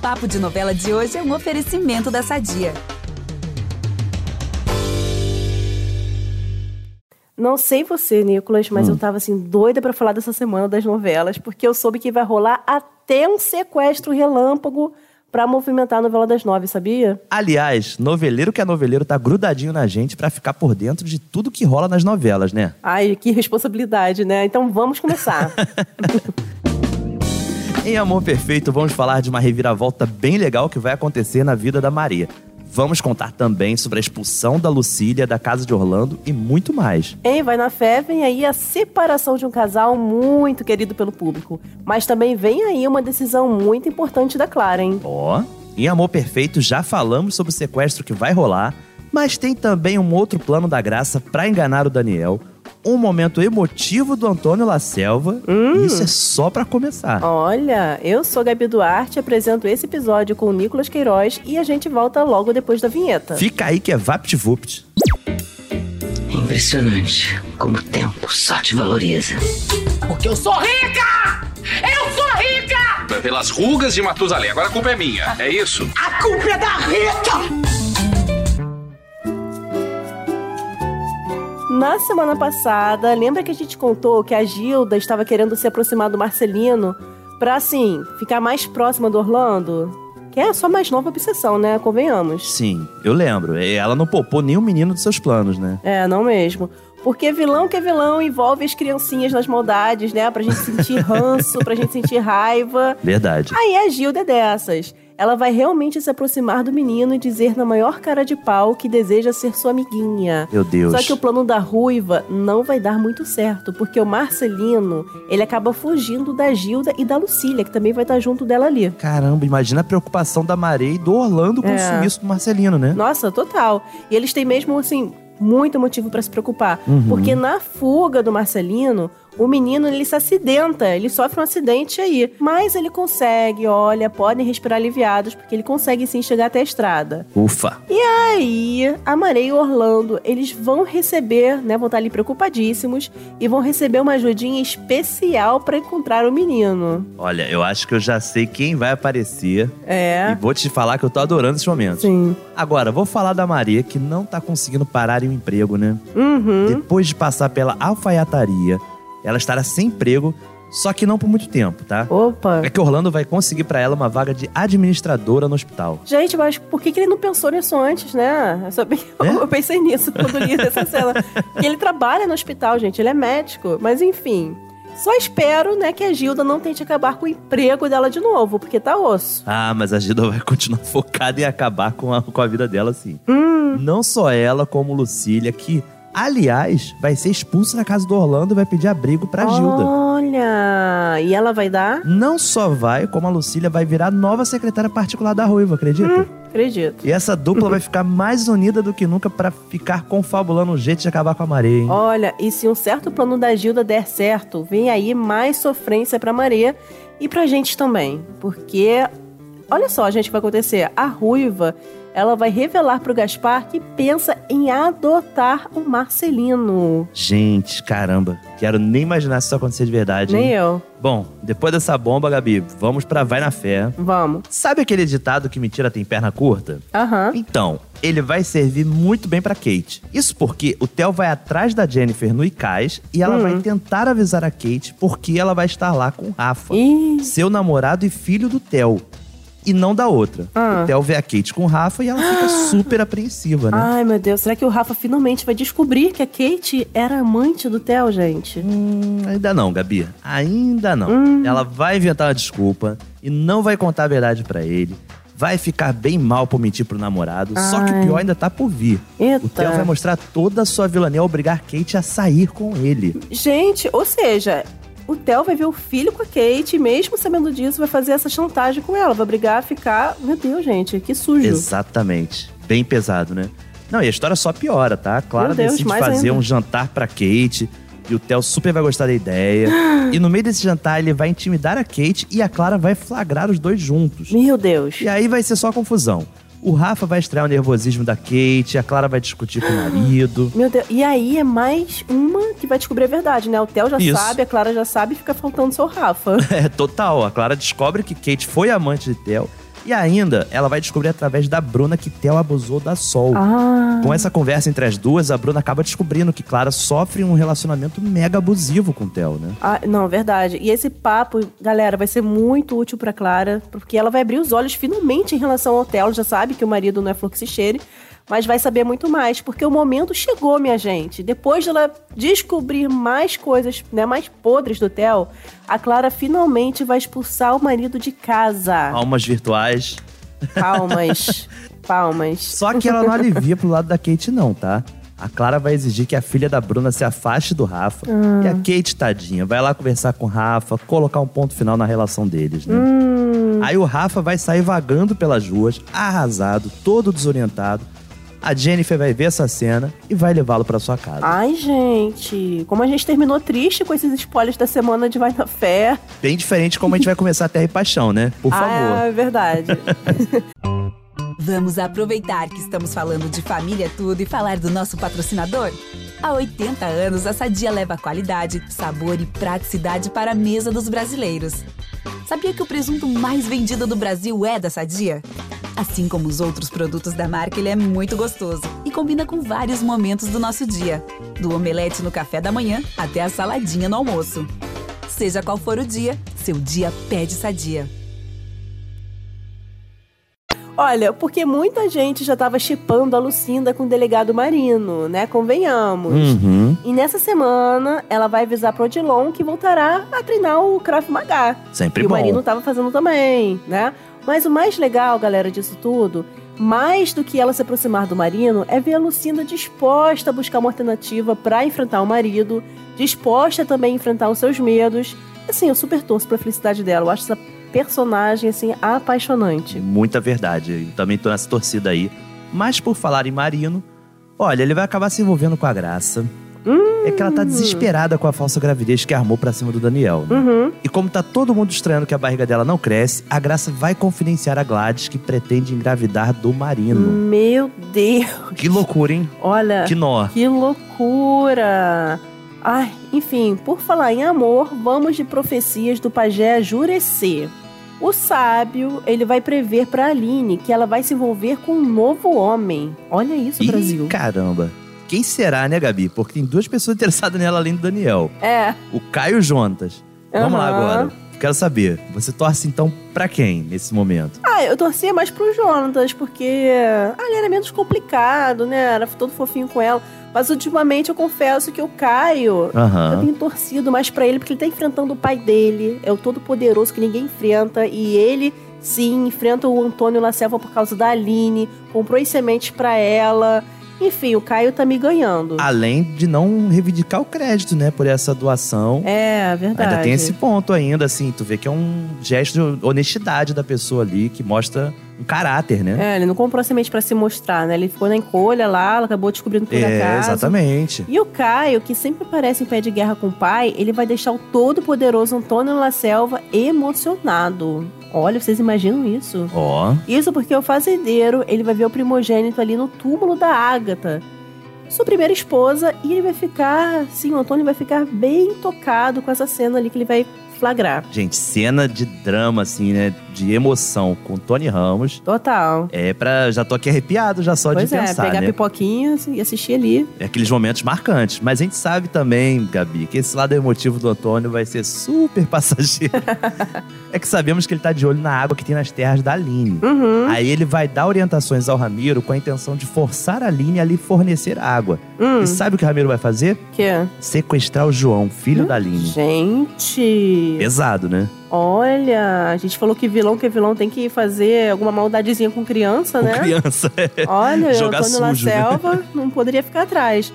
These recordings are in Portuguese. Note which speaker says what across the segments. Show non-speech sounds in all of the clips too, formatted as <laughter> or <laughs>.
Speaker 1: Papo de Novela de hoje é um oferecimento da Sadia.
Speaker 2: Não sei você, Nicolas, mas eu tava assim doida pra falar dessa semana das novelas, porque eu soube que vai rolar até um sequestro relâmpago pra movimentar a novela das nove, sabia?
Speaker 3: Aliás, noveleiro que é noveleiro tá grudadinho na gente pra ficar por dentro de tudo que rola nas novelas, né?
Speaker 2: Ai, que responsabilidade, né? Então vamos começar.
Speaker 3: Em Amor Perfeito, vamos falar de uma reviravolta bem legal que vai acontecer na vida da Maria. Vamos contar também sobre a expulsão da Lucília da casa de Orlando e muito mais.
Speaker 2: Hein, vai na fé, vem aí a separação de um casal muito querido pelo público. Mas também vem aí uma decisão muito importante da Clara, hein?
Speaker 3: Ó, em Amor Perfeito já falamos sobre o sequestro que vai rolar, mas tem também um outro plano da graça pra enganar o Daniel, um momento emotivo do Antônio La Selva, e isso é só pra começar.
Speaker 2: Olha, eu sou Gabi Duarte, apresento esse episódio com o Nicolas Queiroz e a gente volta logo depois da vinheta.
Speaker 3: Fica aí que é VaptVupt.
Speaker 4: Impressionante como o tempo só te valoriza.
Speaker 5: Porque eu sou rica! Eu sou rica!
Speaker 6: pelas rugas de Matusalém. Agora a culpa é minha, é isso?
Speaker 5: A culpa é da Rita!
Speaker 2: Na semana passada, lembra que a gente contou que a Gilda estava querendo se aproximar do Marcelino pra, assim, ficar mais próxima do Orlando? Que é a sua mais nova obsessão, né? Convenhamos.
Speaker 3: Sim, eu lembro. E Ela não poupou nenhum menino dos seus planos, né?
Speaker 2: É, não mesmo. Porque vilão que é vilão envolve as criancinhas nas maldades, né? Pra gente sentir ranço, pra gente sentir raiva.
Speaker 3: Verdade.
Speaker 2: Aí a Gilda é dessas. Ela vai realmente se aproximar do menino e dizer na maior cara de pau que deseja ser sua amiguinha.
Speaker 3: Meu Deus.
Speaker 2: Só que o plano da ruiva não vai dar muito certo, porque o Marcelino, ele acaba fugindo da Gilda e da Lucília, que também vai estar junto dela ali.
Speaker 3: Caramba, imagina a preocupação da Maria e do Orlando com o
Speaker 2: É.
Speaker 3: sumiço do Marcelino, né?
Speaker 2: Nossa, total. E eles têm mesmo, assim, muito motivo pra se preocupar.
Speaker 3: Uhum.
Speaker 2: Porque na fuga do Marcelino, o menino, ele se acidenta, ele sofre um acidente aí. Mas ele consegue, olha, podem respirar aliviados, porque ele consegue sim chegar até a estrada.
Speaker 3: Ufa.
Speaker 2: Aí, a Maria e o Orlando, eles vão receber, né, vão estar ali preocupadíssimos, e vão receber uma ajudinha especial pra encontrar o menino.
Speaker 3: Olha, eu acho que eu já sei quem vai aparecer. E
Speaker 2: É,
Speaker 3: vou te falar que eu tô adorando esse momento.
Speaker 2: sim.
Speaker 3: Agora, vou falar da Maria, que não tá conseguindo parar em um emprego, né?
Speaker 2: Uhum.
Speaker 3: Depois de passar pela alfaiataria, ela estará sem emprego, só que não por muito tempo, tá?
Speaker 2: Opa.
Speaker 3: É que Orlando vai conseguir pra ela uma vaga de administradora no hospital.
Speaker 2: Gente, mas por que, que ele não pensou nisso antes, né? Eu, sabia-
Speaker 3: É?
Speaker 2: <laughs> eu pensei nisso quando li essa cena. Porque ele trabalha no hospital, gente, ele é médico. Mas enfim, só espero, né, que a Gilda não tente acabar com o emprego dela de novo, porque tá osso.
Speaker 3: Ah, mas a Gilda vai continuar <laughs> focada em acabar com a, com a vida dela, sim. Não só ela, como Lucília, que, aliás, vai ser expulsa da casa do Orlando e vai pedir abrigo pra Tá,
Speaker 2: Oh.
Speaker 3: Gilda.
Speaker 2: Olha, e ela vai dar?
Speaker 3: Não só vai, como a Lucília vai virar nova secretária particular da Ruiva, acredita?
Speaker 2: Hum. Acredito.
Speaker 3: E essa dupla vai ficar mais unida do que nunca pra ficar confabulando um jeito de acabar com a Maria, hein?
Speaker 2: Olha, e se um certo plano da Gilda der certo, vem aí mais sofrência pra Maria e pra gente também. Porque, olha só, gente, o que vai acontecer. A Ruiva, ela vai revelar pro Gaspar que pensa em adotar o Marcelino.
Speaker 3: Gente, caramba. Quero nem imaginar se isso acontecer de verdade,
Speaker 2: Nem
Speaker 3: hein?
Speaker 2: eu.
Speaker 3: Bom, depois dessa bomba, Gabi, vamos pra Vai na Fé.
Speaker 2: Vamos.
Speaker 3: Sabe aquele ditado que mentira tem perna curta?
Speaker 2: Aham.
Speaker 3: Então, ele vai servir muito bem pra Kate. Isso porque o Theo vai atrás da Jennifer no Icaz e ela
Speaker 2: Uhum.
Speaker 3: vai tentar avisar a Kate porque ela vai estar lá com o Rafa,
Speaker 2: Ih,
Speaker 3: seu namorado e filho do Theo. E não da outra.
Speaker 2: Ah.
Speaker 3: O Theo vê a Kate com o Rafa e ela
Speaker 2: <gasps>
Speaker 3: fica super apreensiva, né?
Speaker 2: Ai, meu Deus, será que o Rafa finalmente vai descobrir que a Kate era amante do Theo, gente?
Speaker 3: Hum, ainda não, Gabi. Ainda não.
Speaker 2: Hum.
Speaker 3: Ela vai inventar uma desculpa e não vai contar a verdade pra ele. Vai ficar bem mal por mentir pro namorado. Só que o
Speaker 2: Ai.
Speaker 3: pior ainda tá por vir.
Speaker 2: Eita.
Speaker 3: O Theo é vai mostrar toda a sua vilania ao obrigar Kate a sair com ele.
Speaker 2: Gente, ou seja, o Theo vai ver o filho com a Kate, e mesmo sabendo disso, vai fazer essa chantagem com ela, vai brigar, a ficar. Meu Deus, gente, que sujo.
Speaker 3: Exatamente. Bem pesado, né? Não, e a história só piora, tá? Clara
Speaker 2: Meu Deus,
Speaker 3: decide
Speaker 2: mais
Speaker 3: fazer
Speaker 2: ainda.
Speaker 3: um jantar pra Kate. E o Theo super vai gostar da ideia.
Speaker 2: <gasps>
Speaker 3: e no meio desse jantar, ele vai intimidar a Kate e a Clara vai flagrar os dois juntos.
Speaker 2: Meu Deus.
Speaker 3: E aí vai ser só confusão. O Rafa vai estrear o nervosismo da Kate, a Clara vai discutir com
Speaker 2: <gasps>
Speaker 3: o marido.
Speaker 2: Meu Deus. E aí é mais uma que vai descobrir a verdade, né? O Theo já
Speaker 3: Isso.
Speaker 2: sabe, a Clara
Speaker 3: <laughs>
Speaker 2: já sabe, fica faltando só o Rafa.
Speaker 3: É total, a Clara descobre que Kate foi amante de Theo. E E ainda, ela vai descobrir através da Bruna que Theo abusou da Sol.
Speaker 2: Ah.
Speaker 3: Com essa conversa entre as duas, a Bruna acaba descobrindo que Clara sofre um relacionamento mega abusivo com o Theo, né?
Speaker 2: Ah, não, verdade. E esse papo, galera, vai ser muito útil pra Clara, porque ela vai abrir os olhos finalmente em relação ao Theo. Ela já sabe que o marido não é flor que se cheire, mas vai saber muito mais, porque o momento chegou, minha gente. Depois dela descobrir mais coisas, né, mais podres do Theo, a Clara finalmente vai expulsar o marido de casa.
Speaker 3: Almas virtuais.
Speaker 2: Palmas. Palmas.
Speaker 3: Só que ela não alivia pro lado da Kate, não, tá? A Clara vai exigir que a filha da Bruna se afaste do Rafa.
Speaker 2: Ah.
Speaker 3: E a Kate, tadinha, vai lá conversar com o Rafa, colocar um ponto final na relação deles, né?
Speaker 2: Hum.
Speaker 3: Aí o Rafa vai sair vagando pelas ruas, arrasado, todo desorientado. A Jennifer vai ver essa cena e vai levá-lo pra sua casa.
Speaker 2: Ai, gente, como a gente terminou triste com esses spoilers da semana de Vai na Fé.
Speaker 3: Bem diferente como a gente vai começar a Terra e Paixão, né? Por favor.
Speaker 2: Ah, é verdade.
Speaker 1: Vamos aproveitar que estamos falando de família tudo e falar do nosso patrocinador? Há 80 anos, a Sadia leva qualidade, sabor e praticidade para a mesa dos brasileiros. Sabia que o presunto mais vendido do Brasil é da Sadia? Assim como os outros produtos da marca, ele é muito gostoso e combina com vários momentos do nosso dia. Do omelete no café da manhã até a saladinha no almoço. Seja qual for o dia, seu dia pede Sadia.
Speaker 2: Olha, porque muita gente já tava chipando a Lucinda com o delegado Marino, né? Convenhamos.
Speaker 3: Uhum.
Speaker 2: E nessa semana, ela vai avisar pro Odilon que voltará a treinar o Krav Maga.
Speaker 3: Sempre
Speaker 2: e o
Speaker 3: bom.
Speaker 2: Marino tá tava fazendo também, né? Mas o mais legal, galera, disso tudo, mais do que ela se aproximar do Marino, é ver a Lucinda disposta a buscar uma alternativa pra enfrentar o marido, disposta também a enfrentar os seus medos. Assim, eu super torço pra felicidade dela. Eu acho essa personagem, assim, apaixonante.
Speaker 3: Muita verdade. Eu também tô nessa torcida aí. Mas por falar em Marino, olha, ele vai acabar se envolvendo com a Graça. É que ela
Speaker 2: Hum.
Speaker 3: tá desesperada com a falsa gravidez que armou pra cima do Daniel. né?
Speaker 2: Uhum.
Speaker 3: E como tá todo mundo estranhando que a barriga dela não cresce, a Graça vai confidenciar a Gladys que pretende engravidar do Marino.
Speaker 2: Meu Deus,
Speaker 3: Que loucura, hein?
Speaker 2: olha,
Speaker 3: Que nó.
Speaker 2: que loucura! Ai, enfim, por falar em amor, vamos de profecias do pajé Jurecê. O sábio, ele vai prever pra Aline que ela vai se envolver com um novo homem. Olha isso, é Brasil.
Speaker 3: Ih, caramba. Quem será, né, Gabi? Porque tem duas pessoas interessadas nela além do Daniel.
Speaker 2: É,
Speaker 3: O Caio Jontas. Vamos lá
Speaker 2: Aham.
Speaker 3: agora. Quero saber, você torce então pra quem nesse momento?
Speaker 2: ah, eu torcia mais pro Jonas, porque ah, ele era menos complicado, né? Era todo fofinho com ela. Mas ultimamente eu confesso que o Caio,
Speaker 3: Aham.
Speaker 2: Eu tenho torcido mais pra ele porque ele tá enfrentando o pai dele, é o todo poderoso que ninguém enfrenta e ele sim enfrenta o Antônio Lacerva por causa da Aline, comprou as sementes pra ela. Enfim, o Caio tá me ganhando.
Speaker 3: Ah. Além de não reivindicar o crédito, né, por essa doação.
Speaker 2: É, verdade.
Speaker 3: Ainda tem esse ponto ainda, assim, tu vê que é um gesto de honestidade da pessoa ali, que mostra um caráter, né?
Speaker 2: É, ele não comprou a semente pra se mostrar, né? Ele ficou na encolha lá, ela acabou descobrindo por acaso.
Speaker 3: É, exatamente.
Speaker 2: E o Caio, que sempre parece em pé de guerra com o pai, ele vai deixar o todo poderoso Antônio Lacelva emocionado. Olha, vocês imaginam isso?
Speaker 3: Ó,
Speaker 2: Isso porque o fazendeiro ele vai ver o primogênito ali no túmulo da Ágata, sua primeira esposa, e ele vai ficar, sim, o Antônio vai ficar bem tocado com essa cena ali que ele vai flagrar.
Speaker 3: gente, cena de drama, assim, né, de emoção com Tony Ramos.
Speaker 2: Total.
Speaker 3: É pra. Já tô aqui arrepiado, já só
Speaker 2: pois
Speaker 3: de
Speaker 2: é,
Speaker 3: pensar,
Speaker 2: pegar
Speaker 3: né?
Speaker 2: pipoquinha assim, e assistir ali.
Speaker 3: É aqueles momentos marcantes. Mas a gente sabe também, Gabi, que esse lado emotivo do Antônio vai ser super <laughs> passageiro. é que sabemos que ele tá de olho na água que tem nas terras da Aline.
Speaker 2: Uhum.
Speaker 3: Aí ele vai dar orientações ao Ramiro com a intenção de forçar a Aline a lhe fornecer água.
Speaker 2: Hum,
Speaker 3: E sabe o que o Ramiro vai fazer?
Speaker 2: que? é?
Speaker 3: Sequestrar o João,
Speaker 2: Hum?
Speaker 3: filho da Aline.
Speaker 2: Gente,
Speaker 3: Pesado, né?
Speaker 2: olha, a gente falou que vilão que é vilão tem que fazer alguma maldadezinha com criança,
Speaker 3: Com
Speaker 2: né?
Speaker 3: criança.
Speaker 2: Olha, o
Speaker 3: Jogar
Speaker 2: Antônio La
Speaker 3: sujo, né? <laughs>
Speaker 2: Selva não poderia ficar atrás.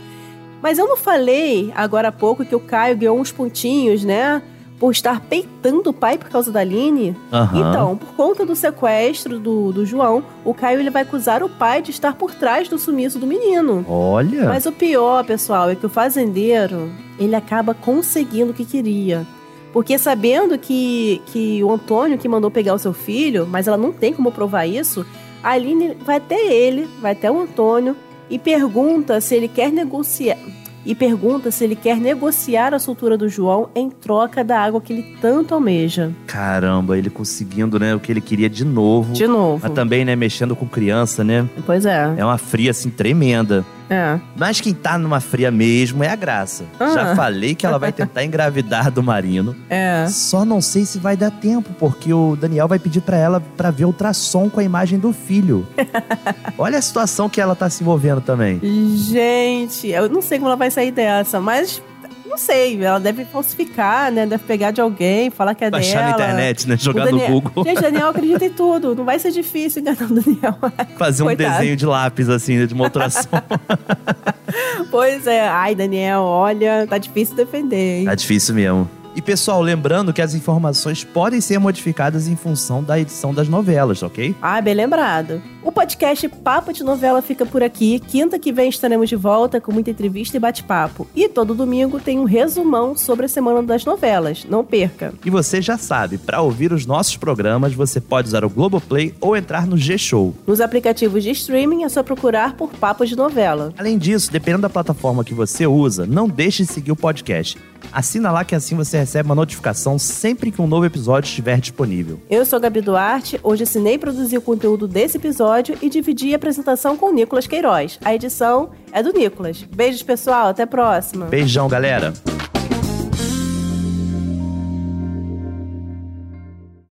Speaker 2: Mas eu não falei agora há pouco que o Caio ganhou uns pontinhos, né? Por estar peitando o pai por causa da Aline.
Speaker 3: Aham.
Speaker 2: Então, por conta do sequestro do, do João, o Caio ele vai acusar o pai de estar por trás do sumiço do menino.
Speaker 3: Olha.
Speaker 2: Mas o pior, pessoal, é que o fazendeiro ele acaba conseguindo o que queria. Porque sabendo que, que o Antônio que mandou pegar o seu filho, mas ela não tem como provar isso, a Aline vai até ele, vai até o Antônio e pergunta se ele quer negociar. e pergunta se ele quer negociar a soltura do João em troca da água que ele tanto almeja.
Speaker 3: Caramba, ele conseguindo, né, o que ele queria de novo.
Speaker 2: De novo.
Speaker 3: Mas também, né, mexendo com criança, né?
Speaker 2: Pois é.
Speaker 3: É uma fria, assim, tremenda.
Speaker 2: É.
Speaker 3: Mas quem tá numa fria mesmo é a Graça.
Speaker 2: Ah.
Speaker 3: Já falei que
Speaker 2: <laughs>
Speaker 3: ela vai tentar engravidar do Marino.
Speaker 2: É.
Speaker 3: Só não sei se vai dar tempo, porque o Daniel vai pedir pra ela pra ver ultrassom com a imagem
Speaker 2: <laughs>
Speaker 3: do filho. Olha a situação que ela tá se envolvendo também.
Speaker 2: Gente, eu não sei como ela vai sair dessa, mas não sei. Ela deve falsificar, né? Deve pegar de alguém, falar que é
Speaker 3: Baixar
Speaker 2: dela.
Speaker 3: na Tá internet, né?
Speaker 2: O
Speaker 3: Jogar
Speaker 2: Daniel...
Speaker 3: no Google, <laughs>
Speaker 2: Gente, o Daniel acredita em tudo. Não vai ser difícil enganar o Daniel. <laughs>
Speaker 3: fazer um
Speaker 2: coitado.
Speaker 3: desenho de lápis, assim, né, de
Speaker 2: <laughs>
Speaker 3: uma ultrassom.
Speaker 2: Pois é. Ai, Daniel, olha, tá difícil defender, hein?
Speaker 3: Tá difícil mesmo. E pessoal, lembrando que as informações podem ser modificadas em função da edição das novelas, ok?
Speaker 2: Ah, bem lembrado. O podcast Papo de Novela fica por aqui. Quinta que vem estaremos de volta com muita entrevista e bate-papo. E todo domingo tem um resumão sobre a semana das novelas. Não perca.
Speaker 3: E você já sabe, para ouvir os nossos programas, você pode usar o Globoplay ou entrar no G-Show.
Speaker 2: Nos aplicativos de streaming é só procurar por Papo de Novela.
Speaker 3: Além disso, dependendo da plataforma que você usa, não deixe de seguir o podcast. Assina lá que assim você recebe uma notificação sempre que um novo episódio estiver disponível.
Speaker 2: Eu sou a Gabi Duarte, hoje assinei produzir o conteúdo desse episódio e dividi a apresentação com o Nicolas Queiroz. A edição é do Nicolas. Beijos, pessoal, até a próxima.
Speaker 3: Beijão, galera!